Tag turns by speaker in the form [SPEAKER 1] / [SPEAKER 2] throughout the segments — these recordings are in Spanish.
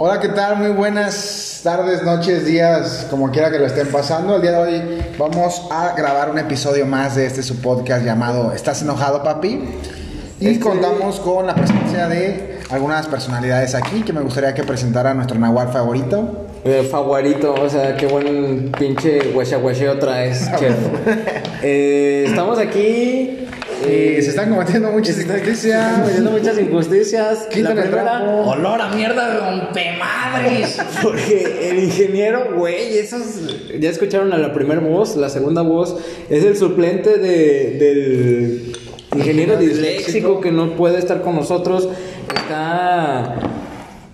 [SPEAKER 1] Hola, ¿qué tal? Muy buenas tardes, noches, días, como quiera que lo estén pasando. El día de hoy vamos a grabar un episodio más de este su podcast llamado ¿Estás enojado, papi? Y
[SPEAKER 2] Este-
[SPEAKER 1] contamos con la presencia de algunas personalidades aquí que me gustaría que presentara nuestro nahual favorito.
[SPEAKER 2] Eh, favorito, o sea, qué buen pinche guachaguacheo traes, chef. Eh, estamos aquí. Eh,
[SPEAKER 1] Y se están cometiendo muchas
[SPEAKER 2] este,
[SPEAKER 1] injusticias.
[SPEAKER 2] Estamos haciendo muchas injusticias.
[SPEAKER 1] Quítale
[SPEAKER 2] La primera,
[SPEAKER 1] el trapo.
[SPEAKER 3] Olor a mierda de rompemadres.
[SPEAKER 2] Porque el ingeniero, güey, esos. Ya escucharon a la primera voz, la segunda voz es el suplente de, del ingeniero disléxico que no puede estar con nosotros. Está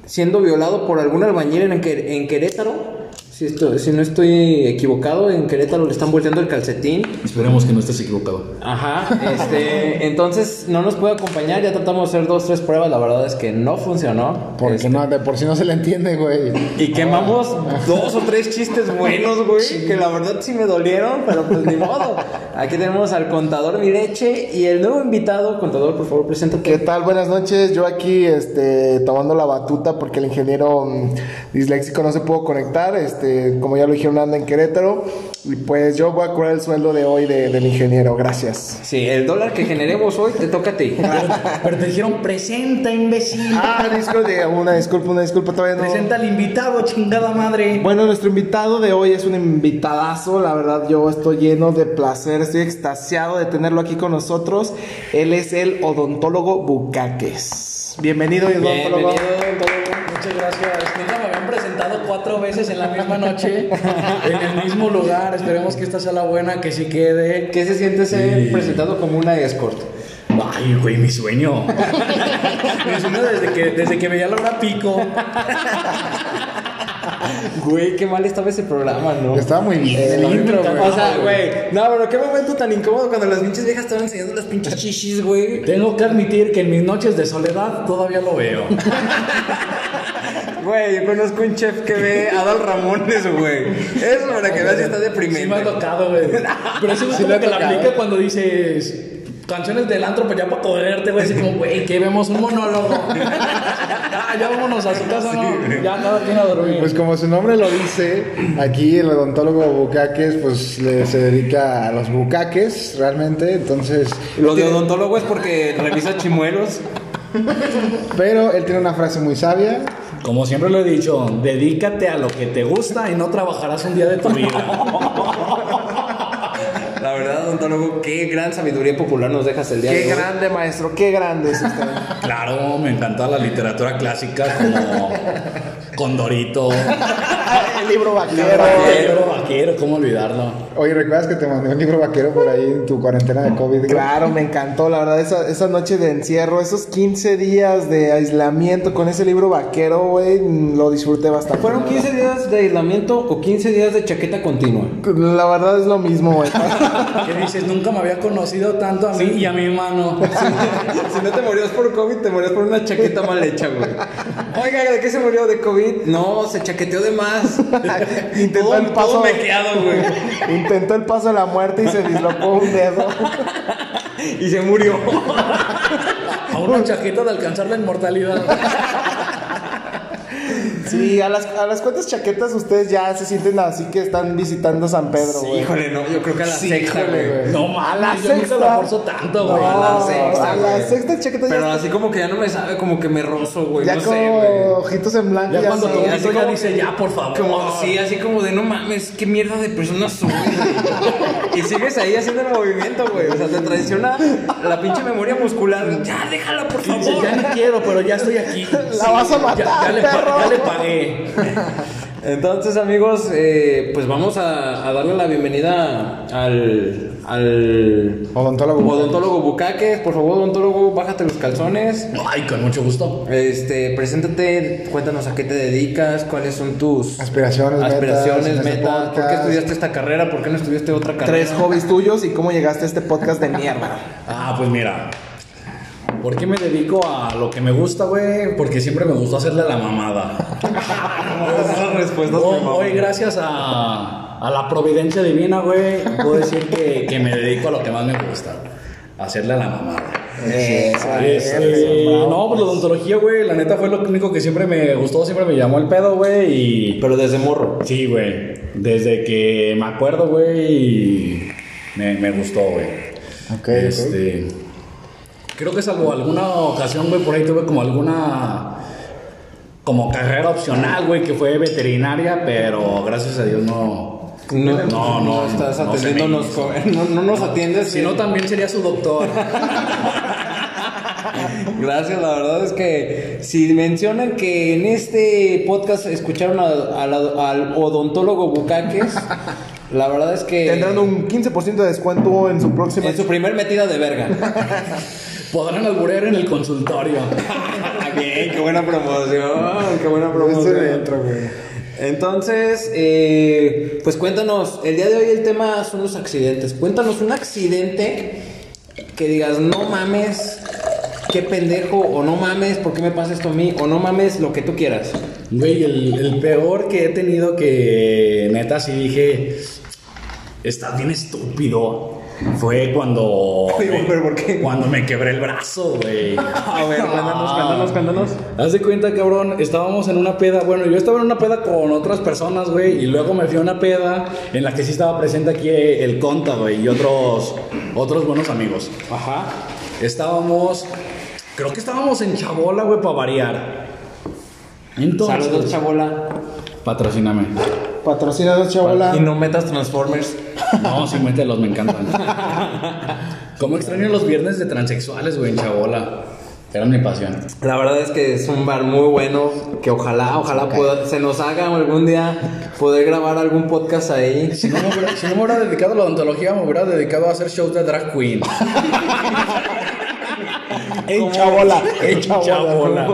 [SPEAKER 2] siendo violado por algún albañil en, Quer- en Querétaro. Si, esto- si no estoy equivocado, en Querétaro le están volteando el calcetín.
[SPEAKER 4] Esperemos que no estés equivocado.
[SPEAKER 2] Ajá, este, entonces no nos puede acompañar, ya tratamos de hacer dos, tres pruebas, la verdad es que no funcionó.
[SPEAKER 1] Porque
[SPEAKER 2] Este,
[SPEAKER 1] no, de por si no se le entiende, güey.
[SPEAKER 2] y quemamos dos o tres chistes buenos, güey, que la verdad sí me dolieron, pero pues ni modo. Aquí tenemos al contador Mireche y el nuevo invitado, contador, por favor, preséntate.
[SPEAKER 5] ¿Qué tal? Buenas noches. Yo aquí este, tomando la batuta porque el ingeniero mm, disléxico no se pudo conectar. Este, como ya lo dijeron, anda en Querétaro. Y pues yo voy a cobrar el sueldo de hoy de- del ingeniero. Gracias.
[SPEAKER 2] Sí, el dólar que generemos hoy te toca a ti.
[SPEAKER 3] Pero te dijeron, presenta, imbécil.
[SPEAKER 5] Ah, disculpe, una disculpa, una disculpa. Todavía no.
[SPEAKER 3] Presenta al invitado, chingada madre.
[SPEAKER 5] Bueno, nuestro invitado de hoy es un invitadazo, la verdad yo estoy lleno de placer, estoy extasiado de tenerlo aquí con nosotros. Él es el odontólogo Bucaques. Bienvenido,
[SPEAKER 2] Bienvenido,
[SPEAKER 5] odontólogo.
[SPEAKER 2] odontólogo.
[SPEAKER 3] Muchas gracias. Nunca me habían presentado cuatro veces en la misma noche, en el mismo lugar. Esperemos que esta sea la buena, que sí quede.
[SPEAKER 2] ¿Qué se siente ser
[SPEAKER 4] Sí.
[SPEAKER 2] presentado como una escort?
[SPEAKER 4] Ay, güey, mi sueño.
[SPEAKER 3] Me suena desde que, desde que veía la hora pico.
[SPEAKER 2] Güey, qué mal estaba ese programa, ¿no?
[SPEAKER 1] Estaba muy bien
[SPEAKER 2] Eh.
[SPEAKER 1] el intro, güey.
[SPEAKER 2] O sea, güey, no, pero qué momento tan incómodo cuando las pinches viejas estaban enseñando las pinches chichis, güey.
[SPEAKER 3] Tengo que admitir que en mis noches de soledad todavía lo veo.
[SPEAKER 2] Güey, yo conozco un chef que ve a Dal Ramones, güey. Eso para que veas si está
[SPEAKER 3] Sí me ha
[SPEAKER 2] deprimente.
[SPEAKER 3] tocado, güey. Pero eso es
[SPEAKER 2] Sí
[SPEAKER 3] como
[SPEAKER 2] le ha
[SPEAKER 3] que la
[SPEAKER 2] tocado.
[SPEAKER 3] aplica cuando dices canciones del antro, pues ya para poderte, güey. Así como, güey, que vemos un monólogo. ah, ya vámonos a su casa, ¿no? Ya cada quien a dormir.
[SPEAKER 1] Pues como su nombre lo dice, aquí el odontólogo bucaques pues le, se dedica a los bucaques realmente, entonces,
[SPEAKER 2] Los de odontólogo es porque revisa chimuelos.
[SPEAKER 1] pero él tiene una frase muy sabia,
[SPEAKER 4] Como siempre lo he dicho, dedícate a lo que te gusta.
[SPEAKER 3] gusta y no trabajarás un día de tu vida.
[SPEAKER 2] La verdad, odontólogo, qué gran sabiduría popular nos dejas el día
[SPEAKER 5] Qué
[SPEAKER 2] de hoy.
[SPEAKER 5] grande maestro, qué grande es usted.
[SPEAKER 4] Claro, me encanta la literatura clásica como Condorito,
[SPEAKER 5] el libro vaquero.
[SPEAKER 4] Vaquero, Vaquero, ¿cómo olvidarlo?
[SPEAKER 1] Oye, ¿recuerdas que te mandé un libro vaquero por ahí en tu cuarentena de COVID? güey?
[SPEAKER 5] Claro, me encantó, la verdad, esa, esa noche de encierro, esos 15 días de aislamiento con ese libro vaquero, güey, mm, lo disfruté bastante.
[SPEAKER 2] ¿Fueron 15 días de aislamiento o 15 días de chaqueta continua?
[SPEAKER 5] La verdad es lo mismo, güey.
[SPEAKER 3] Que dices, nunca me había conocido tanto a mí y a mi mano.
[SPEAKER 2] si no te morías por COVID, te morías por una chaqueta mal hecha, güey. Oiga, ¿de qué se murió? ¿De COVID? No, se chaqueteó de más.
[SPEAKER 5] Intentó el paso.
[SPEAKER 2] mequeado, güey.
[SPEAKER 5] Intentó el paso de la muerte y se dislocó un dedo.
[SPEAKER 2] Y se murió.
[SPEAKER 3] A una chaqueta de alcanzar la inmortalidad.
[SPEAKER 5] Sí, a las, a las cuantas chaquetas ustedes ya se sienten así que están visitando San Pedro,
[SPEAKER 2] Sí,
[SPEAKER 5] güey.
[SPEAKER 2] híjole, no, yo creo que a la sexta,
[SPEAKER 5] híjole,
[SPEAKER 2] güey.
[SPEAKER 5] güey.
[SPEAKER 4] No
[SPEAKER 5] A la
[SPEAKER 4] mames.
[SPEAKER 3] Yo nunca
[SPEAKER 5] sexta.
[SPEAKER 3] la forzo tanto, güey.
[SPEAKER 2] No. la
[SPEAKER 5] Ah,
[SPEAKER 2] sexta,
[SPEAKER 5] A la
[SPEAKER 2] güey.
[SPEAKER 5] sexta chaqueta
[SPEAKER 2] Pero
[SPEAKER 5] ya,
[SPEAKER 2] así como que ya no me sabe, como que me rozo, güey.
[SPEAKER 5] ya
[SPEAKER 2] no
[SPEAKER 5] como
[SPEAKER 2] sé, güey.
[SPEAKER 5] ojitos en blanco.
[SPEAKER 3] Ya cuando
[SPEAKER 5] sí.
[SPEAKER 3] todo
[SPEAKER 2] así
[SPEAKER 3] eso ya
[SPEAKER 2] como
[SPEAKER 3] dice, ya, por favor.
[SPEAKER 2] Como, sí, así como de no mames, qué mierda de persona soy. güey. y sigues ahí haciendo el movimiento, güey. O sea, te traiciona la pinche memoria muscular. Ya, déjala, por
[SPEAKER 3] Dices,
[SPEAKER 2] favor.
[SPEAKER 3] ya ni quiero, pero ya estoy aquí.
[SPEAKER 5] La vas
[SPEAKER 3] Ya,
[SPEAKER 5] a matar,
[SPEAKER 3] ya le, pa-
[SPEAKER 5] perro.
[SPEAKER 3] ya le pagué.
[SPEAKER 2] Entonces, amigos, eh, pues vamos a, a darle la bienvenida al. al
[SPEAKER 1] Odontólogo.
[SPEAKER 2] odontólogo Bucaques. Por favor, odontólogo, bájate los calzones.
[SPEAKER 4] Ay, con mucho gusto.
[SPEAKER 2] Este, preséntate, cuéntanos a qué te dedicas, cuáles son tus
[SPEAKER 1] Aspiraciones, metas, en
[SPEAKER 2] aspiraciones,
[SPEAKER 1] este
[SPEAKER 2] metas, por qué
[SPEAKER 1] podcast.
[SPEAKER 2] estudiaste esta carrera, por qué no estudiaste otra carrera.
[SPEAKER 5] Tres hobbies tuyos y cómo llegaste a este podcast de mierda.
[SPEAKER 4] Ah, pues mira. ¿Por qué me dedico a lo que me gusta, güey? Porque siempre me gustó hacerle la mamada.
[SPEAKER 2] Esas respuestas
[SPEAKER 4] No,
[SPEAKER 2] me maman.
[SPEAKER 4] hoy gracias a, a la providencia divina, güey, puedo decir que, que me dedico a lo que más me gusta, hacerle a la mamada. Este, no, pues la odontología, güey, la neta fue lo único que siempre me gustó, siempre me llamó el pedo, güey, y...
[SPEAKER 6] Pero desde morro.
[SPEAKER 4] Sí, güey, desde que me acuerdo, güey, me, me gustó, güey.
[SPEAKER 1] Ok, ok.
[SPEAKER 4] Este, creo que salvo alguna ocasión, güey, por ahí tuve como alguna... Como carrera opcional, güey, que fue veterinaria, pero gracias a Dios no...
[SPEAKER 2] No, no, no estás
[SPEAKER 4] no se me
[SPEAKER 2] atendiéndonos.
[SPEAKER 4] hizo.
[SPEAKER 2] co- No, no nos atiendes.
[SPEAKER 4] Si no, también sería su doctor.
[SPEAKER 2] Gracias, la verdad es que si mencionan que en este podcast escucharon a- a la- al odontólogo Bucaques, la verdad es que
[SPEAKER 5] Tendrán un 15% de descuento en su próxima.
[SPEAKER 2] en su primer metida de verga.
[SPEAKER 4] Podrán alburear en el consultorio.
[SPEAKER 2] Bien, qué buena promoción, qué buena
[SPEAKER 5] Este
[SPEAKER 2] promoción.
[SPEAKER 5] dentro, güey.
[SPEAKER 2] Entonces, eh, pues cuéntanos, el día de hoy el tema son los accidentes. Cuéntanos un accidente que digas, no mames, qué pendejo, o no mames, ¿por qué me pasa esto a mí? O no mames, lo que tú quieras.
[SPEAKER 4] Güey, el, el peor que he tenido que neta sí dije, está bien estúpido. Fue cuando...
[SPEAKER 2] Oye, pero ¿por qué?
[SPEAKER 4] Cuando me quebré el brazo, güey.
[SPEAKER 2] A ver, cuéntanos, cuéntanos, cuéntanos.
[SPEAKER 4] Haz de cuenta, cabrón, estábamos en una peda. Bueno, yo estaba en una peda con otras personas, güey. Y luego me fui a una peda en la que sí estaba presente aquí eh, el Conta, güey. Y otros, otros buenos amigos. Ajá. Estábamos... Creo que estábamos en Chabola, güey, para variar. Entonces...
[SPEAKER 2] Saludos, chabola.
[SPEAKER 4] Patrocíname.
[SPEAKER 5] Patrocina dos chabola.
[SPEAKER 6] Y no metas Transformers.
[SPEAKER 4] No, sí, mételos, me encantan. ¿Cómo extraño los viernes de transexuales, güey, en Chabola? Era mi pasión.
[SPEAKER 2] La verdad es que es un bar muy bueno, que ojalá, ojalá pueda- se nos haga algún día poder grabar algún podcast ahí.
[SPEAKER 4] Si no, me hubiera, si no me hubiera dedicado a la odontología, me hubiera dedicado a hacer shows de drag queen.
[SPEAKER 5] En chabola. En
[SPEAKER 4] Chabola.
[SPEAKER 5] chabola.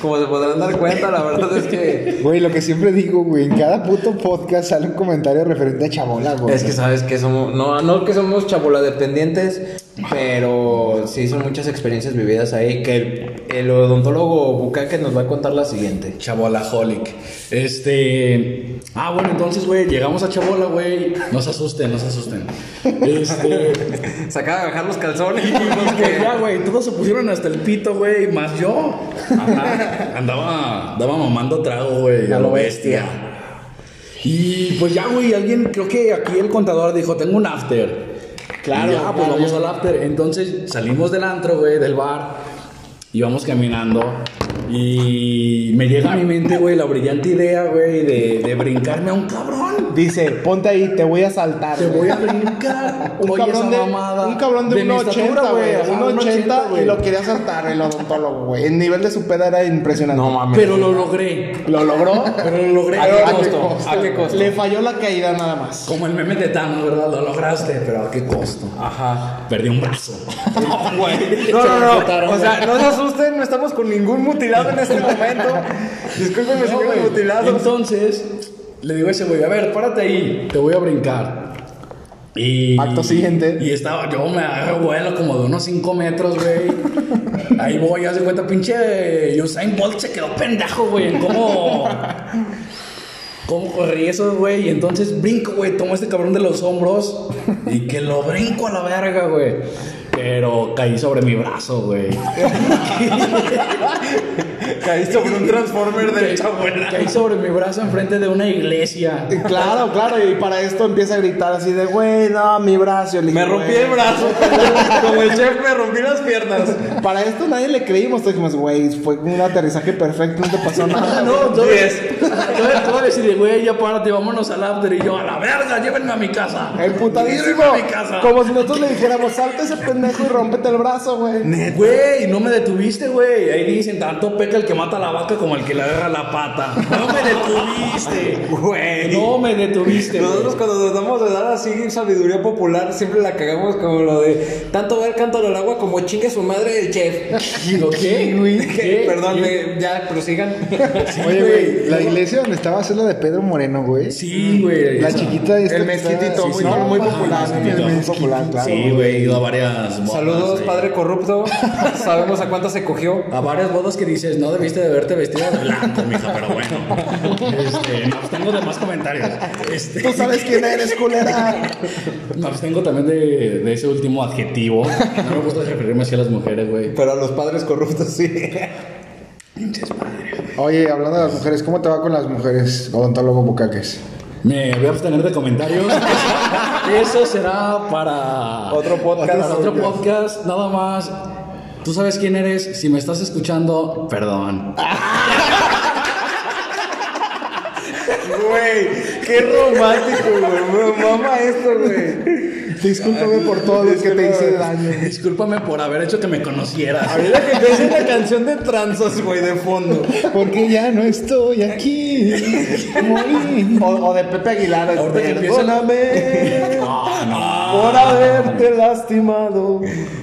[SPEAKER 2] Como se podrán dar cuenta, la verdad es que
[SPEAKER 1] Güey, lo que siempre digo, güey, en cada puto podcast sale un comentario referente a Chabola, güey.
[SPEAKER 2] Es que sabes que somos, no, no que somos chabola dependientes, pero sí son muchas experiencias vividas ahí que el, el odontólogo Bucaque nos va a contar la siguiente.
[SPEAKER 4] Chabolaholic. Este. Ah, bueno, entonces, güey, llegamos a Chabola, güey. No se asusten, no se asusten. Este.
[SPEAKER 2] Se acaba de bajar los calzones.
[SPEAKER 4] Pues ya, güey, todos se pusieron hasta el pito, güey, más yo. Ajá. Andaba, andaba mamando trago, güey, a lo bestia. Y pues ya, güey, alguien, creo que aquí el contador dijo, tengo un after. Claro, ya, pues vamos al after. Entonces salimos del antro, güey, del bar. Y vamos caminando. Y me llega a mi mente, güey, la brillante idea, güey, de, de brincarme a un cabrón.
[SPEAKER 5] Dice, ponte ahí, te voy a saltar.
[SPEAKER 4] Te voy a brincar.
[SPEAKER 5] un
[SPEAKER 4] Oye,
[SPEAKER 5] cabrón,
[SPEAKER 4] esa
[SPEAKER 5] de,
[SPEAKER 4] mamada.
[SPEAKER 5] un cabrón de,
[SPEAKER 4] mi
[SPEAKER 5] 1.80,
[SPEAKER 4] estatura,
[SPEAKER 5] güey.
[SPEAKER 4] Ajá,
[SPEAKER 5] 1.80
[SPEAKER 4] güey.
[SPEAKER 5] y lo quería saltar el odontólogo, güey. El nivel de su peda era impresionante.
[SPEAKER 2] No mames.
[SPEAKER 4] Pero lo logré.
[SPEAKER 5] Lo logró.
[SPEAKER 4] Pero lo logré.
[SPEAKER 5] ¿A
[SPEAKER 4] Pero
[SPEAKER 5] qué
[SPEAKER 4] a
[SPEAKER 5] costo?
[SPEAKER 4] qué costo?
[SPEAKER 5] ¿A qué costo? Le falló la caída nada más.
[SPEAKER 4] Como el meme de Thanos, ¿verdad? Lo lograste, pero ¿a qué costo?
[SPEAKER 2] Ajá.
[SPEAKER 4] Perdí un brazo. No, güey.
[SPEAKER 5] No, no,
[SPEAKER 4] botaron,
[SPEAKER 5] no. O
[SPEAKER 4] güey.
[SPEAKER 5] sea, no se asusten, no estamos con ningún mutilado en este momento. Disculpenme si
[SPEAKER 4] No,
[SPEAKER 5] tengo
[SPEAKER 4] güey.
[SPEAKER 5] mutilados.
[SPEAKER 4] Entonces, le digo a ese güey, a ver, párate ahí, te voy a brincar. Y,
[SPEAKER 5] Acto siguiente.
[SPEAKER 4] Y estaba, yo me agarro vuelo como de unos 5 metros, güey. Ahí voy, hace cuenta, pinche Usain Bolt se quedó pendejo, güey. en ¿Cómo? ¿Cómo corrí eso, güey? Y entonces brinco, güey. Tomo a este cabrón de los hombros y que lo brinco a la verga, güey. Pero caí sobre mi brazo, güey.
[SPEAKER 6] Caí sobre un Transformer de
[SPEAKER 4] Caí sobre mi brazo enfrente de una iglesia.
[SPEAKER 5] Claro, claro, y para esto empieza a gritar así de, güey, no, mi brazo.
[SPEAKER 6] Me rompí el brazo. Como el chef me rompí las piernas.
[SPEAKER 5] Para esto nadie le creímos, te dijimos, güey, fue un aterrizaje perfecto, no te pasó nada.
[SPEAKER 4] No, todo
[SPEAKER 6] Yes.
[SPEAKER 4] Todo decirle, güey, ya párate, vámonos al after. Y yo, a la verga, llévenme a mi casa.
[SPEAKER 5] El putadísimo.
[SPEAKER 4] Llévenme a mi casa.
[SPEAKER 5] Como si nosotros le dijéramos, salta ese pendejo y rómpete el brazo, güey.
[SPEAKER 4] Güey, no me detuviste, güey. Ahí dicen, tanto peca el que mata a la vaca como el que le agarra la pata. No me detuviste.
[SPEAKER 6] Güey.
[SPEAKER 4] No me detuviste.
[SPEAKER 2] Este,
[SPEAKER 4] güey.
[SPEAKER 2] Nosotros cuando tratamos de dar así sabiduría popular siempre la cagamos como lo de tanto ver cántaro al agua como chingue su madre el chef.
[SPEAKER 4] Digo, ¿qué? ¿Qué?
[SPEAKER 2] Perdón,
[SPEAKER 4] ¿Qué?
[SPEAKER 2] eh, ya prosigan.
[SPEAKER 4] Sí,
[SPEAKER 1] Oye, güey, la iglesia donde estaba es la de Pedro Moreno, güey.
[SPEAKER 4] Sí, güey.
[SPEAKER 1] La
[SPEAKER 4] esa-
[SPEAKER 1] chiquita esta
[SPEAKER 5] El
[SPEAKER 1] que está-
[SPEAKER 5] mezquitito,
[SPEAKER 1] Sí, Ah, sí.
[SPEAKER 5] muy, muy
[SPEAKER 1] Ajá,
[SPEAKER 5] popular,
[SPEAKER 1] el
[SPEAKER 5] el
[SPEAKER 1] mezquitito.
[SPEAKER 5] popular, claro.
[SPEAKER 4] Sí, güey, he ido a varias. bodas,
[SPEAKER 2] Saludos,
[SPEAKER 4] güey.
[SPEAKER 2] padre corrupto. Sabemos a cuántas se cogió.
[SPEAKER 4] A varias bodas que dices, no debí debiste de verte vestido de blanco, mija, pero bueno. Este, me abstengo de más comentarios. Este,
[SPEAKER 5] Tú sabes quién eres, culera.
[SPEAKER 4] me abstengo también de, de ese último adjetivo. No me gusta referirme así a las mujeres, güey.
[SPEAKER 6] Pero a los padres corruptos sí.
[SPEAKER 4] Pinches madres.
[SPEAKER 1] Oye, hablando de las mujeres, ¿cómo te va con las mujeres, odontólogo Bucaques?
[SPEAKER 4] Me voy a abstener de comentarios. Eso será para
[SPEAKER 6] Otro podcast.
[SPEAKER 4] para otro podcast, nada más. Tú sabes quién eres. Si me estás escuchando, perdón.
[SPEAKER 6] Güey, qué romántico, güey. Me mama esto, güey.
[SPEAKER 5] Discúlpame por todo lo que te hice daño.
[SPEAKER 4] Discúlpame por haber hecho que me conocieras.
[SPEAKER 6] Ahorita que te hice la canción de tranzas, güey, de fondo.
[SPEAKER 1] Porque ya no estoy aquí. Morí.
[SPEAKER 5] O, o de Pepe Aguilar.
[SPEAKER 4] Ahorita que
[SPEAKER 5] Este,
[SPEAKER 4] empieza la-
[SPEAKER 5] perdóname
[SPEAKER 4] No, no.
[SPEAKER 5] por haberte lastimado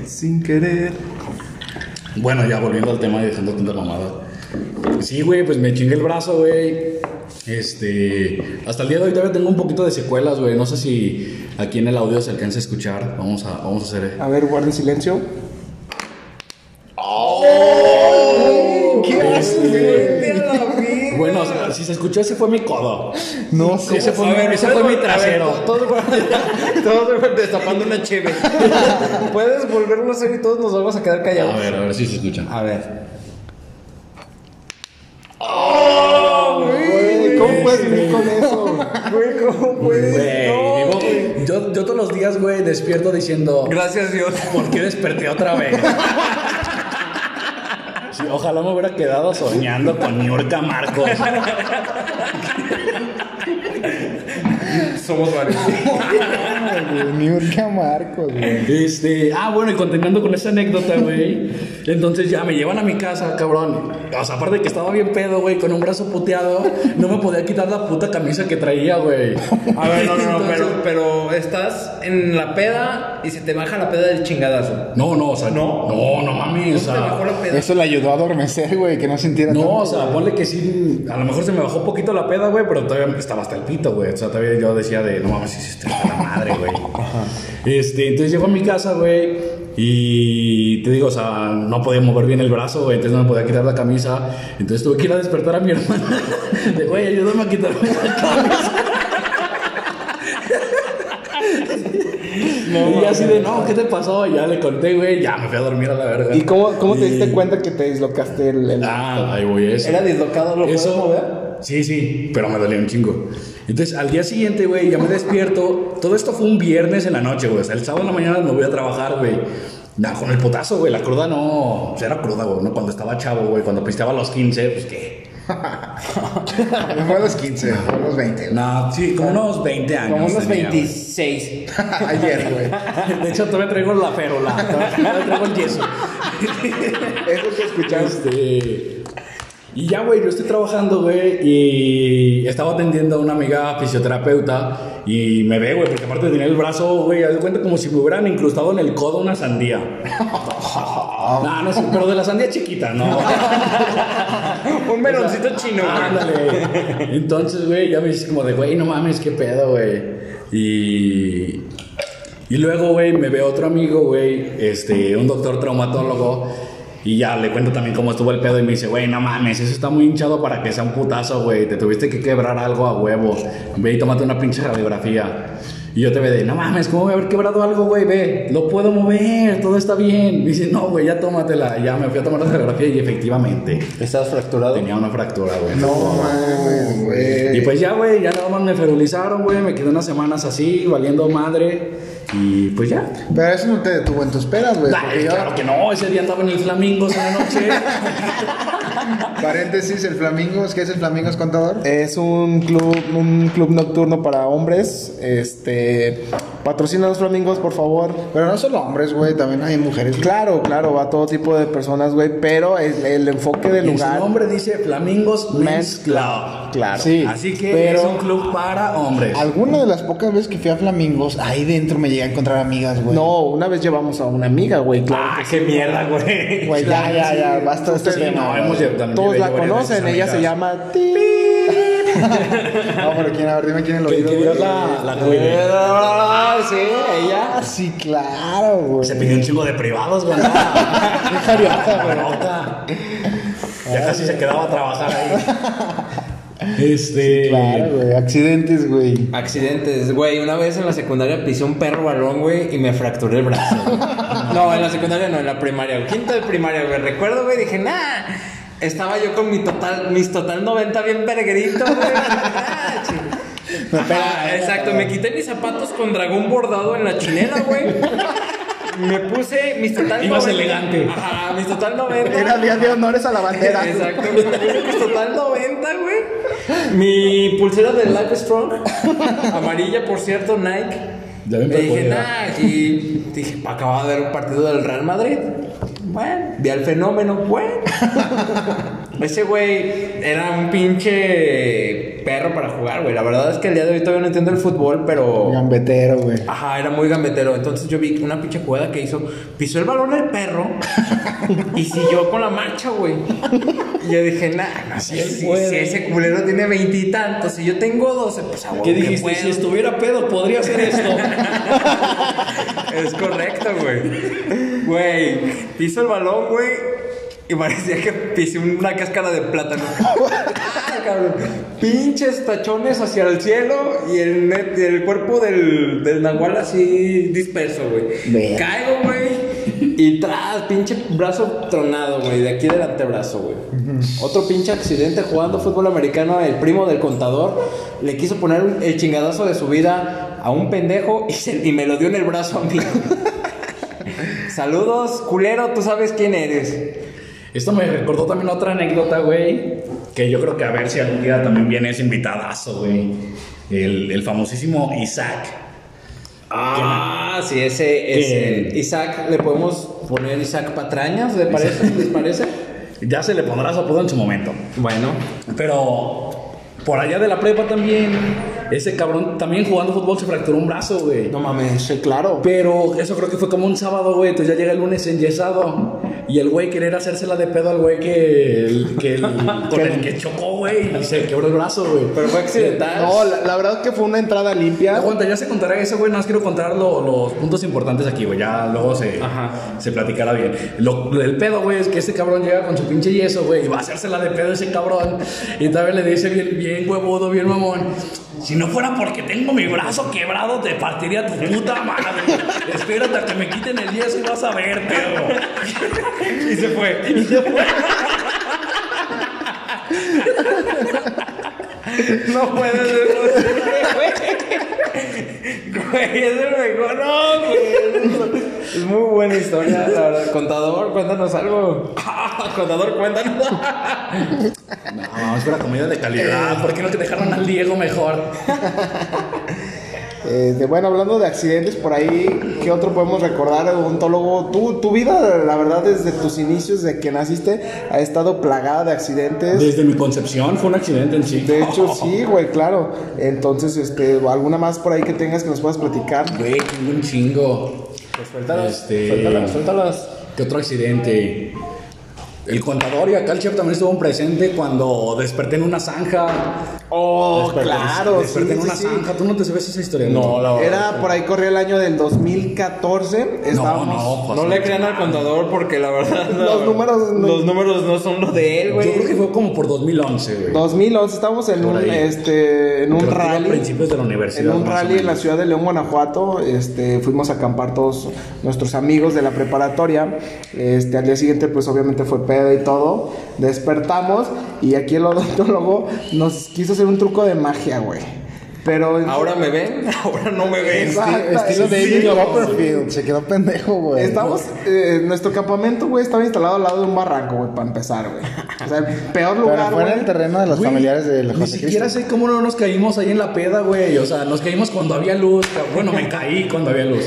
[SPEAKER 5] sin querer.
[SPEAKER 4] Bueno, ya volviendo al tema y dejando tanta mamada. Sí, güey, pues me chingué el brazo, güey. Este, hasta el día de hoy todavía tengo un poquito de secuelas, güey. No sé si aquí en el audio se alcanza a escuchar. Vamos a, vamos a hacer. e-.
[SPEAKER 5] A ver, guarden silencio.
[SPEAKER 4] ¿Qué
[SPEAKER 6] Güey,
[SPEAKER 4] Bueno, o sea, si se escuchó, ese fue mi codo.
[SPEAKER 5] No,
[SPEAKER 4] Ese fue, mi- ese fue mi trasero.
[SPEAKER 6] Todos fueron destapando una cheve.
[SPEAKER 2] Puedes volverlo a hacer y todos nos vamos a quedar callados.
[SPEAKER 4] A ver, a ver si se escucha.
[SPEAKER 6] A ver.
[SPEAKER 5] ¿Cómo puedes vivir con eso?
[SPEAKER 6] Güey, ¿cómo
[SPEAKER 4] Güey,
[SPEAKER 6] puedes? No,
[SPEAKER 4] digo,
[SPEAKER 6] güey.
[SPEAKER 4] yo, yo todos los días, güey, despierto diciendo,
[SPEAKER 6] Gracias, Dios.
[SPEAKER 4] ¿por qué desperté otra vez? Sí, ojalá me hubiera quedado soñando con Niurka Marcos.
[SPEAKER 6] Somos varios.
[SPEAKER 1] Niurka Marcos, güey.
[SPEAKER 4] Este, ah, bueno, y continuando con esa anécdota, güey. Entonces ya me llevan a mi casa, cabrón. O sea, aparte de que estaba bien pedo, güey, con un brazo puteado, no me podía quitar la puta camisa que traía, güey.
[SPEAKER 6] A ver, no, no, no,
[SPEAKER 4] Entonces-
[SPEAKER 6] pero, pero estás en la peda y se te baja la peda del chingadazo.
[SPEAKER 4] No, no, o sea, no, no, no mames, o
[SPEAKER 6] Se te
[SPEAKER 4] sea.
[SPEAKER 6] bajó la peda.
[SPEAKER 1] Eso le ayudó a adormecer, güey, que no sintiera
[SPEAKER 4] No,
[SPEAKER 1] tanto.
[SPEAKER 4] o sea, ponle que sí. A lo mejor se me bajó poquito la peda, güey, pero todavía estaba hasta el pito, güey. O sea, todavía yo decía de, no mames, hiciste hasta la madre, güey. Este, entonces llego a mi casa, güey. Y te digo, o sea, no podía mover bien el brazo, güey. Entonces no me podía quitar la camisa. Entonces tuve que ir a despertar a mi hermana. De, güey, ayúdame a quitarme la camisa. y así de, no, ¿qué te pasó? Y ya le conté, güey. Ya me fui a dormir a la verga.
[SPEAKER 5] ¿Y cómo, cómo te diste cuenta que te dislocaste el... el-
[SPEAKER 4] Ah, ahí voy, eso.
[SPEAKER 6] Era dislocado, lo puedes
[SPEAKER 4] Eso,
[SPEAKER 6] mover.
[SPEAKER 4] Sí, sí, pero me dolía un chingo. Entonces, al día siguiente, güey, ya me despierto. Todo esto fue un viernes en la noche, güey. O sea, el sábado en la mañana me voy a trabajar, güey. Nah, con el potazo, güey. La cruda no. o sea, era cruda, güey. No, cuando estaba chavo, güey. Cuando pisteaba a los 15, pues qué.
[SPEAKER 1] Fue a los 15, fue a los 20. güey.
[SPEAKER 4] Nah, sí, como unos 20 años.
[SPEAKER 6] Como unos
[SPEAKER 4] tenía,
[SPEAKER 6] 26.
[SPEAKER 1] Ayer, güey.
[SPEAKER 4] güey. De hecho, todavía traigo la ferola. Todavía traigo el yeso.
[SPEAKER 1] Es lo que escuchaste.
[SPEAKER 4] Este, Y ya, güey, yo estoy trabajando, güey, y estaba atendiendo a una amiga fisioterapeuta y me ve, güey, porque aparte tenía el brazo, güey, haz de cuenta como si me hubieran incrustado en el codo una sandía. no, no sé, pero de la sandía chiquita, no.
[SPEAKER 6] Un meloncito chino.
[SPEAKER 4] Ándale. Entonces, güey, ya me dices como de, güey, no mames, qué pedo, güey. Y. Y luego, güey, me ve otro amigo, güey, este, un doctor traumatólogo. Y ya le cuento también cómo estuvo el pedo y me dice, güey, no mames, eso está muy hinchado para que sea un putazo, güey. Te tuviste que quebrar algo a huevo. Ve y tómate una pinche radiografía. Y yo te ve de, no mames, ¿cómo voy a haber quebrado algo, güey? Ve, lo puedo mover, todo está bien. Me dice, no, güey, ya tómatela. Ya me fui a tomar la radiografía y efectivamente
[SPEAKER 6] ¿Estás fracturado?
[SPEAKER 4] tenía una fractura, güey.
[SPEAKER 1] No mames, güey.
[SPEAKER 4] Y pues ya, güey, ya nada más me ferulizaron, güey. Me quedé unas semanas así, valiendo madre. Y pues ya.
[SPEAKER 1] Pero eso no te detuvo en tus pedas, güey.
[SPEAKER 4] Ay,
[SPEAKER 1] porque yo-
[SPEAKER 4] claro que no, ese día andaba en el Flamingo esa noche.
[SPEAKER 1] Paréntesis, el Flamingos, ¿qué es el Flamingos contador?
[SPEAKER 5] Es un club, un club nocturno para hombres. Este, patrocina a los flamingos, por favor.
[SPEAKER 1] Pero no solo hombres, güey, también hay mujeres.
[SPEAKER 5] Claro, claro, va todo tipo de personas, güey, pero el, el enfoque del
[SPEAKER 4] Y en su
[SPEAKER 5] lugar.
[SPEAKER 4] nombre dice Flamingos Men's
[SPEAKER 5] Men's
[SPEAKER 4] Club.
[SPEAKER 5] Claro.
[SPEAKER 1] Sí.
[SPEAKER 4] Así que
[SPEAKER 5] Pero-
[SPEAKER 4] es un club para hombres.
[SPEAKER 1] Alguna de las pocas veces que fui a Flamingos, ahí dentro me llegué a encontrar amigas, güey.
[SPEAKER 5] No, una vez llevamos a una amiga, güey, claro.
[SPEAKER 4] Ah, qué mierda, güey.
[SPEAKER 1] güey, ya, ya, ya, basta de este
[SPEAKER 4] Sí,
[SPEAKER 1] tema.
[SPEAKER 4] no,
[SPEAKER 1] güey.
[SPEAKER 4] hemos llevado también
[SPEAKER 5] Todos
[SPEAKER 4] llevé
[SPEAKER 5] la
[SPEAKER 4] yo varias
[SPEAKER 5] conocen,
[SPEAKER 4] veces
[SPEAKER 5] ella se
[SPEAKER 4] amigas.
[SPEAKER 5] llama Ti.
[SPEAKER 1] No, pero quién, a ver, dime quién es el
[SPEAKER 4] Que,
[SPEAKER 1] oído.
[SPEAKER 4] que Dios
[SPEAKER 1] güey.
[SPEAKER 4] la, la cuide.
[SPEAKER 5] Ah, sí, ella.
[SPEAKER 1] Ah, sí, claro, güey.
[SPEAKER 4] Se pidió un chingo de privados, güey.
[SPEAKER 1] Qué jariota, güey.
[SPEAKER 4] Barota. Ya casi se quedaba a trabajar ahí. Este.
[SPEAKER 1] Claro, güey. Accidentes, güey.
[SPEAKER 2] Accidentes, güey. Una vez en la secundaria pisé un perro balón, güey, y me fracturé el brazo. güey. No, en la secundaria no, en la primaria. güey. Quinto de primaria, güey. Recuerdo, güey, dije, nah. Estaba yo con mi total, mis total 90 bien verguerito, güey. Ah, ching- Ajá,
[SPEAKER 6] Exacto, me quité mis zapatos con dragón bordado en la chinela, güey. Me puse mis total
[SPEAKER 4] Ibas elegante.
[SPEAKER 6] Ajá, mis total 90.
[SPEAKER 5] Era día de honores a la bandera.
[SPEAKER 6] Exacto, me puse mis total 90, güey. Mi pulsera de Life Strong, amarilla, por cierto, Nike.
[SPEAKER 4] Ya
[SPEAKER 6] Le
[SPEAKER 4] ven,
[SPEAKER 6] dije,
[SPEAKER 4] pero
[SPEAKER 6] nah, y dije, pa, acababa de ver un partido del Real Madrid. Bueno, vi al fenómeno, bueno. Ese güey era un pinche perro para jugar, güey. La verdad es que el día de hoy todavía no entiendo el fútbol, pero.
[SPEAKER 1] Gambetero, güey.
[SPEAKER 6] Ajá, era muy gambetero. Entonces yo vi una pinche jugada que hizo. Pisó el balón el perro y siguió con la marcha, güey. Y yo dije, nah, no, si,
[SPEAKER 3] él
[SPEAKER 6] si-
[SPEAKER 3] puede.
[SPEAKER 6] si ese culero tiene veintitantos y yo tengo doce, pues a huevo
[SPEAKER 3] ¿Qué
[SPEAKER 6] que
[SPEAKER 3] dijiste?
[SPEAKER 6] puedo.
[SPEAKER 3] Si estuviera pedo, podría hacer esto.
[SPEAKER 6] Es correcto, güey. Güey, piso el balón, güey. Y parecía que pisé una cáscara de plátano. Ah, cabrón. Pinches tachones hacia el cielo y el, net- el cuerpo del, del nahual así disperso, güey.
[SPEAKER 1] Verga.
[SPEAKER 6] Caigo, güey. Y tras, pinche brazo tronado, güey. De aquí del antebrazo, güey.
[SPEAKER 2] Otro pinche accidente jugando fútbol americano, el primo del contador le quiso poner un- el chingadazo de su vida a un pendejo y, se- y me lo dio en el brazo a mí. Saludos, culero, tú sabes quién eres.
[SPEAKER 3] Esto me recordó también otra anécdota, güey.
[SPEAKER 4] Que yo creo que a ver si algún día también viene ese invitadazo, güey. El, el famosísimo Isaac.
[SPEAKER 2] Ah, sí, ese es
[SPEAKER 4] ¿Quién?
[SPEAKER 2] el Isaac, le podemos poner Isaac Patrañas, ¿le parece? ¿Les parece?
[SPEAKER 4] Ya se le pondrá su apodo en su momento.
[SPEAKER 2] Bueno,
[SPEAKER 4] Pero por allá de la prepa también, ese cabrón también jugando fútbol se fracturó un brazo, güey.
[SPEAKER 2] no mames, sí, claro.
[SPEAKER 4] Pero eso creo que fue como un sábado, güey. Entonces ya llega el lunes enyesado. Y el güey querer hacérsela de pedo al güey que, el- que el- con el que chocó, güey. Y se quebró el brazo, güey.
[SPEAKER 2] Pero fue accidental.
[SPEAKER 5] No, la, la verdad que fue una entrada limpia.
[SPEAKER 4] Aguanta, ya se contará eso, güey. Nada más quiero contar lo- los puntos importantes aquí, güey. Ya luego se, se platicará bien. Lo, el pedo, güey, es que este cabrón llega con su pinche yeso, güey, y va a hacérsela de pedo ese cabrón. Y todavía le dice bien, bien huevudo, bien mamón. Si no fuera porque tengo mi brazo quebrado, te partiría tu puta madre. Espérate a que me quiten el yeso y vas a ver, pedo. y se fue. Y se fue.
[SPEAKER 6] No puede ser posible, güey. Güey, es el mejor. No, güey.
[SPEAKER 2] Es muy buena historia, la verdad. Contador, cuéntanos algo.
[SPEAKER 6] Contador, cuéntanos.
[SPEAKER 4] No, es una comida de calidad. Eh, ¿Por qué no te dejaron al Diego mejor?
[SPEAKER 5] Este, bueno, hablando de accidentes, por ahí, ¿qué otro podemos recordar, odontólogo? Tu, tu vida, la verdad, desde tus inicios, de que naciste, ha estado plagada de accidentes.
[SPEAKER 4] Desde mi concepción fue un accidente en sí.
[SPEAKER 5] De hecho, sí, güey, claro. Entonces, este, alguna más por ahí que tengas que nos puedas platicar.
[SPEAKER 4] Güey, tengo un chingo. Pues suéltalas,
[SPEAKER 2] suéltalas, suéltalas.
[SPEAKER 4] ¿Qué otro accidente? El contador y acá el chef también estuvo presente cuando desperté en una zanja.
[SPEAKER 5] Oh, claro,
[SPEAKER 4] Desperté
[SPEAKER 5] sí,
[SPEAKER 4] en
[SPEAKER 5] sí,
[SPEAKER 4] una
[SPEAKER 5] sí.
[SPEAKER 4] zanja. ¿Tú no te sabes esa historia?
[SPEAKER 5] Era por ahí corría el año del 2014.
[SPEAKER 4] No,
[SPEAKER 5] Estábamos.
[SPEAKER 4] no, José.
[SPEAKER 2] No le crean al contador porque la verdad. no,
[SPEAKER 5] Los números no-
[SPEAKER 2] Los números no son lo de él,
[SPEAKER 4] Yo creo
[SPEAKER 2] güey.
[SPEAKER 4] que fue como por 2011, güey.
[SPEAKER 5] 2011 estábamos en
[SPEAKER 4] Por
[SPEAKER 5] un
[SPEAKER 4] ahí.
[SPEAKER 5] este en un
[SPEAKER 4] Creo que era a
[SPEAKER 5] rally.
[SPEAKER 4] principios de la
[SPEAKER 5] En
[SPEAKER 4] universidad.
[SPEAKER 5] un
[SPEAKER 4] más o
[SPEAKER 5] rally en la
[SPEAKER 4] menos.
[SPEAKER 5] ciudad de León, Guanajuato, este, fuimos a acampar todos nuestros amigos de la preparatoria. Este, al día siguiente, pues obviamente fue pedo y todo. Despertamos y aquí el odontólogo nos quiso hacer un truco de magia, güey. Pero
[SPEAKER 2] Ahora me ven, ahora no me ven.
[SPEAKER 5] Exacto,
[SPEAKER 1] Estilo
[SPEAKER 5] sí,
[SPEAKER 1] David
[SPEAKER 5] güey.
[SPEAKER 1] Copperfield. Se quedó pendejo, güey.
[SPEAKER 5] Estamos, eh, nuestro campamento, güey, estaba instalado al lado de un barranco, güey, para empezar, güey. O sea, el peor
[SPEAKER 1] Pero
[SPEAKER 5] lugar,
[SPEAKER 1] fue en
[SPEAKER 5] güey.
[SPEAKER 1] el terreno de los
[SPEAKER 4] Güey,
[SPEAKER 1] familiares de
[SPEAKER 4] Ni
[SPEAKER 1] José
[SPEAKER 4] siquiera
[SPEAKER 1] Cristo.
[SPEAKER 4] sé cómo no nos caímos ahí en la peda, güey. O sea, nos caímos cuando había luz. cabrón. Bueno, me caí cuando había luz.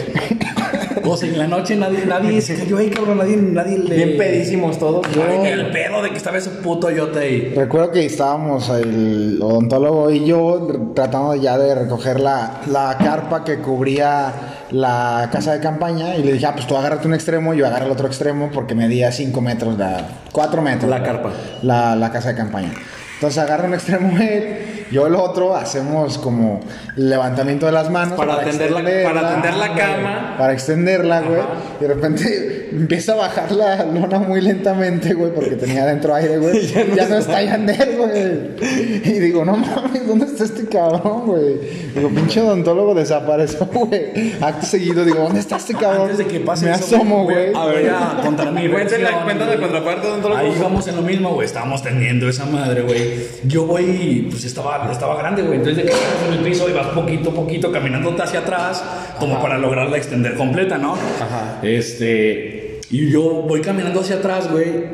[SPEAKER 4] O sea, en la noche nadie, nadie se cayó ahí, cabrón. Nadie, nadie le.
[SPEAKER 2] Bien pedísimos todos.
[SPEAKER 4] Ay, el pedo de que estaba ese puto yote ahí.
[SPEAKER 1] Recuerdo que estábamos el odontólogo y yo tratando ya de recoger la, la carpa que cubría la casa de campaña y le dije, ah, pues tú agárrate un extremo, yo agarro el otro extremo porque medía 5 metros, la, 4 metros.
[SPEAKER 2] La carpa.
[SPEAKER 1] La, la casa de campaña. Entonces agarra un extremo él, yo el otro, hacemos como levantamiento de las manos.
[SPEAKER 2] Para tender la- para tender la
[SPEAKER 1] güey,
[SPEAKER 2] cama.
[SPEAKER 1] Para extenderla, güey. Y de repente empieza a bajar la lona muy lentamente, güey, porque tenía dentro aire, güey. ya no, está Yandel, güey. Y digo, no mames, ¿dónde está este cabrón, güey? Digo, pinche odontólogo desapareció, güey. Acto seguido, digo, ¿dónde está este cabrón?
[SPEAKER 7] Antes de que pase
[SPEAKER 1] Me
[SPEAKER 7] eso,
[SPEAKER 1] asomo,
[SPEAKER 7] güey,
[SPEAKER 1] güey.
[SPEAKER 7] voy a- voy a contar mi
[SPEAKER 2] Cuéntale,
[SPEAKER 7] versión,
[SPEAKER 2] cuéntale
[SPEAKER 7] güey.
[SPEAKER 2] contraparte, odontólogo.
[SPEAKER 4] Ahí vamos en lo mismo, güey. Estábamos tendiendo esa madre, güey. Yo voy, pues estaba, estaba grande, güey. Entonces, de que estás en el piso y vas poquito a poquito caminándote hacia atrás, como para lograrla extender completa, ¿no? Ajá. Este. Y yo voy caminando hacia atrás, güey.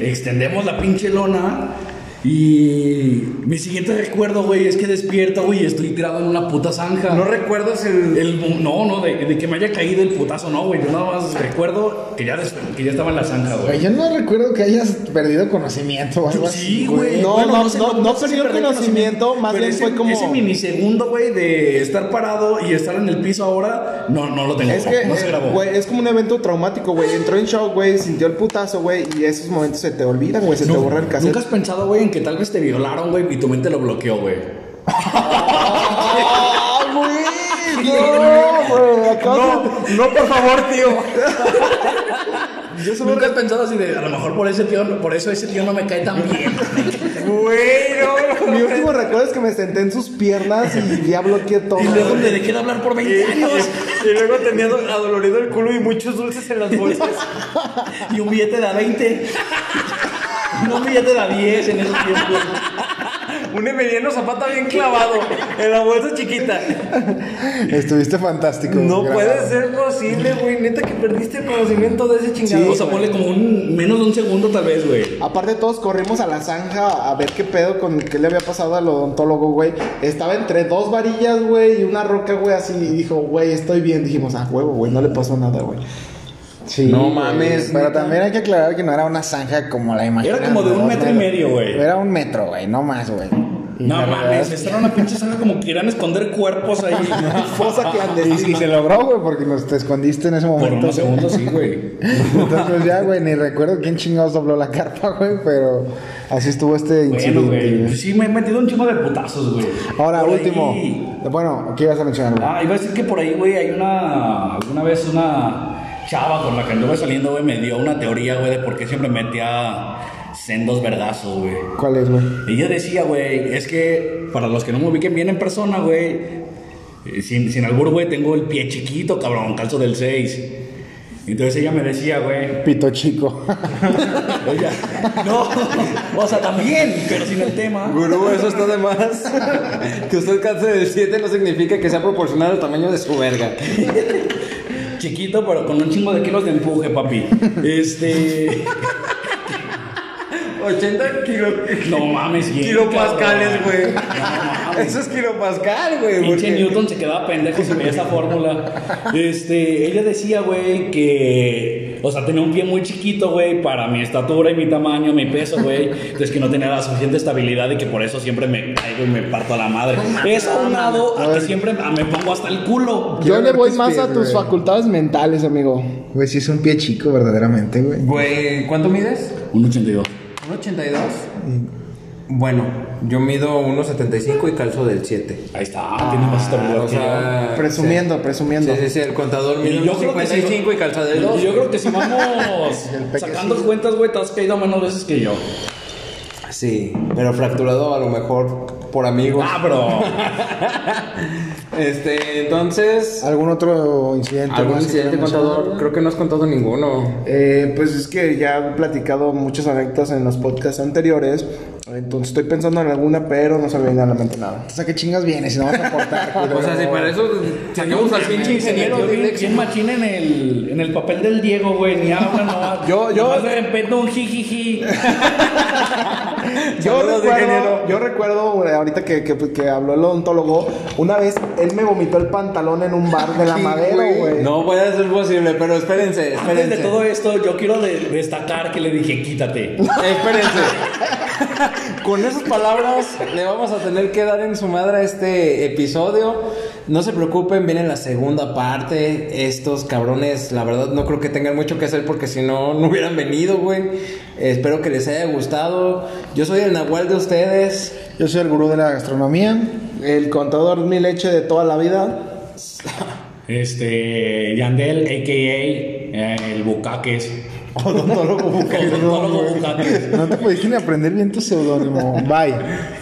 [SPEAKER 4] Extendemos la pinche lona. Y mi siguiente recuerdo, güey, es que despierto, güey, y estoy tirado en una puta zanja.
[SPEAKER 2] No recuerdo si el-
[SPEAKER 4] El- no, no, de, de que me haya caído el putazo, no, güey. Yo nada más recuerdo que ya, des- que ya estaba en la zanja, güey.
[SPEAKER 1] Güey, yo no recuerdo que hayas perdido conocimiento o algo así.
[SPEAKER 4] Sí, güey.
[SPEAKER 5] No,
[SPEAKER 4] Bueno,
[SPEAKER 5] no,
[SPEAKER 4] sé,
[SPEAKER 5] no, no
[SPEAKER 4] sé si
[SPEAKER 5] perdió
[SPEAKER 4] perdí
[SPEAKER 5] conocimiento, más
[SPEAKER 4] pero
[SPEAKER 5] bien
[SPEAKER 4] ese-
[SPEAKER 5] fue como-
[SPEAKER 4] Ese minisegundo, güey, de estar parado y estar en el piso ahora, no, no lo tengo.
[SPEAKER 5] Es que,
[SPEAKER 4] no se
[SPEAKER 5] eh,
[SPEAKER 4] grabó.
[SPEAKER 5] güey, es como un evento traumático, güey. Entró en shock, güey, sintió el putazo, güey, y esos momentos se te olvidan, güey, se te
[SPEAKER 4] No,
[SPEAKER 5] borra el cassette.
[SPEAKER 4] Nunca has pensado, güey, en que tal vez te violaron, güey, y tu mente lo bloqueó, güey.
[SPEAKER 5] ¡Ah, güey! No, güey, acabas de-
[SPEAKER 2] No, por favor, tío.
[SPEAKER 5] Yo solo
[SPEAKER 4] Nunca has pensado así de, a lo mejor por ese tío, no- por eso ese tío no me cae tan bien.
[SPEAKER 2] Bueno.
[SPEAKER 5] Mi último recuerdo es que me senté en sus piernas y ya bloqueé todo.
[SPEAKER 4] y luego
[SPEAKER 5] güey.
[SPEAKER 4] le dejé de hablar por 20 años.
[SPEAKER 2] Y luego tenía do- adolorido el culo y muchos dulces en las bolsas.
[SPEAKER 4] Y un billete de a 20. No un billete de a 10 en esos tiempos.
[SPEAKER 2] Un Emiliano Zapata bien clavado en la bolsa chiquita.
[SPEAKER 1] Estuviste fantástico.
[SPEAKER 2] No
[SPEAKER 1] grabado.
[SPEAKER 2] puede ser posible, güey. Neta que perdiste el conocimiento de ese chingado.
[SPEAKER 4] o sea, ponle como un, menos de un segundo tal vez, güey.
[SPEAKER 5] Aparte todos corrimos a la zanja a ver qué pedo con qué le había pasado al odontólogo, güey. Estaba entre dos varillas, güey, y una roca, güey, así. Y dijo, güey, estoy bien. Dijimos, ah, huevo, güey, no le pasó nada, güey.
[SPEAKER 1] Sí,
[SPEAKER 2] No
[SPEAKER 1] güey.
[SPEAKER 2] mames,
[SPEAKER 1] Pero
[SPEAKER 2] neta.
[SPEAKER 1] también hay que aclarar que no era una zanja como la imaginan.
[SPEAKER 4] Era como de un
[SPEAKER 1] dos
[SPEAKER 4] metro y
[SPEAKER 1] metros.
[SPEAKER 4] medio, güey.
[SPEAKER 1] Era un metro, güey, no más, güey. Y
[SPEAKER 4] No
[SPEAKER 1] la verdad-
[SPEAKER 4] mames, estaban una pinche zanja como que querían esconder cuerpos ahí.
[SPEAKER 5] Fosa
[SPEAKER 1] Y, y
[SPEAKER 5] clandestina.
[SPEAKER 1] se logró, güey, porque nos te escondiste en ese
[SPEAKER 4] Por
[SPEAKER 1] momento.
[SPEAKER 4] unos segundos sí, güey.
[SPEAKER 1] Entonces ya, güey, ni recuerdo quién chingados dobló la carpa, güey, pero así estuvo este
[SPEAKER 4] Bueno, güey.
[SPEAKER 1] incidente.
[SPEAKER 4] pues Sí, me he metido un chingo de putazos, güey.
[SPEAKER 1] Ahora,
[SPEAKER 4] Por ahí-
[SPEAKER 1] último. Bueno, ¿qué ibas a mencionar, güey?
[SPEAKER 4] Ah, iba a decir que por ahí, güey, hay una. Alguna vez una chava con la que anduve saliendo, güey, me dio una teoría, güey, de por qué siempre metía sendos verdazos, güey.
[SPEAKER 1] ¿Cuál es, güey?
[SPEAKER 4] Ella decía, güey, es que para los que no me ubiquen bien en persona, güey, eh, sin, sin albur, güey, tengo el pie chiquito, cabrón, calzo del 6. Entonces ella me decía, güey,
[SPEAKER 1] Pito chico.
[SPEAKER 4] ella, no, o sea, también, pero sin el tema.
[SPEAKER 2] Gurú, eso está de más. Que usted canse del 7 no significa que sea proporcional al tamaño de su verga.
[SPEAKER 4] Chiquito, pero con un chingo de kilos de empuje, papi. Este,
[SPEAKER 2] 80 kilos.
[SPEAKER 4] no mames, bien,
[SPEAKER 2] Kilopascales, güey.
[SPEAKER 4] No mames.
[SPEAKER 2] Eso es kilopascal, güey.
[SPEAKER 4] Pinche
[SPEAKER 2] porque-
[SPEAKER 4] Newton se quedaba pendejo si veía esa fórmula. Este, ella decía, güey, que. O sea, tenía un pie muy chiquito, güey, para mi estatura y mi tamaño, mi peso, güey. Entonces que no tenía la suficiente estabilidad y que por eso siempre me caigo y me parto a la madre. Eso aunado a que siempre ah, me pongo hasta el culo.
[SPEAKER 5] Yo le
[SPEAKER 1] ver
[SPEAKER 5] voy
[SPEAKER 1] tus
[SPEAKER 5] más
[SPEAKER 1] pies,
[SPEAKER 5] a
[SPEAKER 1] güey.
[SPEAKER 5] tus facultades mentales, amigo.
[SPEAKER 1] Güey, sí es un pie chico, verdaderamente, güey.
[SPEAKER 2] Güey, ¿cuánto mides?
[SPEAKER 4] Un 82.
[SPEAKER 2] ¿Un 82? Bueno, yo mido 1.75 y calzo del 7.
[SPEAKER 4] Ahí está, tiene más estabilidad.
[SPEAKER 2] o
[SPEAKER 4] que yo.
[SPEAKER 2] sea,
[SPEAKER 5] Presumiendo, presumiendo.
[SPEAKER 2] Sí, sí, sí, el contador mide
[SPEAKER 4] Y yo creo que sí,
[SPEAKER 2] 55 y calza del 2.
[SPEAKER 4] Yo creo que si vamos sacando cuentas, güey, te has caído menos veces que yo.
[SPEAKER 2] Sí, pero fracturado a lo mejor por amigos.
[SPEAKER 4] Ah, bro.
[SPEAKER 2] Este, entonces,
[SPEAKER 1] ¿Algún otro incidente?
[SPEAKER 2] Ah, ¿algún
[SPEAKER 1] más que
[SPEAKER 2] incidente
[SPEAKER 1] quieran mencionar,
[SPEAKER 2] contador?
[SPEAKER 1] güey?
[SPEAKER 2] Creo que no has contado ninguno.
[SPEAKER 5] Eh, pues es que ya he platicado muchas anécdotas en los podcasts anteriores. Entonces estoy pensando en alguna, pero no se me viene a la mente nada.
[SPEAKER 1] O sea, ¿qué chingas vienes? Si no vas a aportar, culero?
[SPEAKER 2] O sea, si para eso sacamos al pinche ingeniero
[SPEAKER 4] Yo
[SPEAKER 2] de
[SPEAKER 4] bien,
[SPEAKER 2] Lex.
[SPEAKER 4] bien machín en el, en el papel del Diego, güey. Ni habla, no habla.
[SPEAKER 5] Yo- yo-
[SPEAKER 4] Nomás de repente un jijiji.
[SPEAKER 5] Yo
[SPEAKER 2] Saludos,
[SPEAKER 5] recuerdo,
[SPEAKER 2] ingeniero.
[SPEAKER 5] yo recuerdo eh, ahorita que, que- que habló el odontólogo, una vez él me vomitó el pantalón en un bar de la
[SPEAKER 1] Sí,
[SPEAKER 5] madera,
[SPEAKER 1] güey.
[SPEAKER 5] güey.
[SPEAKER 2] No voy a ser posible, pero espérense, espérense.
[SPEAKER 4] Antes de todo esto, yo quiero de- destacar que le dije, quítate.
[SPEAKER 2] Espérense. Con esas palabras le vamos a tener que dar en su madre a este episodio. No se preocupen, viene la segunda parte. Estos cabrones, la verdad, no creo que tengan mucho que hacer porque si no, no hubieran venido, güey. Espero que les haya gustado. Yo soy el Nahual de ustedes.
[SPEAKER 1] Yo soy el gurú de la gastronomía.
[SPEAKER 5] El contador mi leche de toda la vida.
[SPEAKER 4] Este, Yandel, a.k.a. eh, el Bucaques.
[SPEAKER 1] Odontólogo
[SPEAKER 4] Odontólogo Bucaques.
[SPEAKER 1] No te pudiste ni aprender bien tu seudónimo. Bye.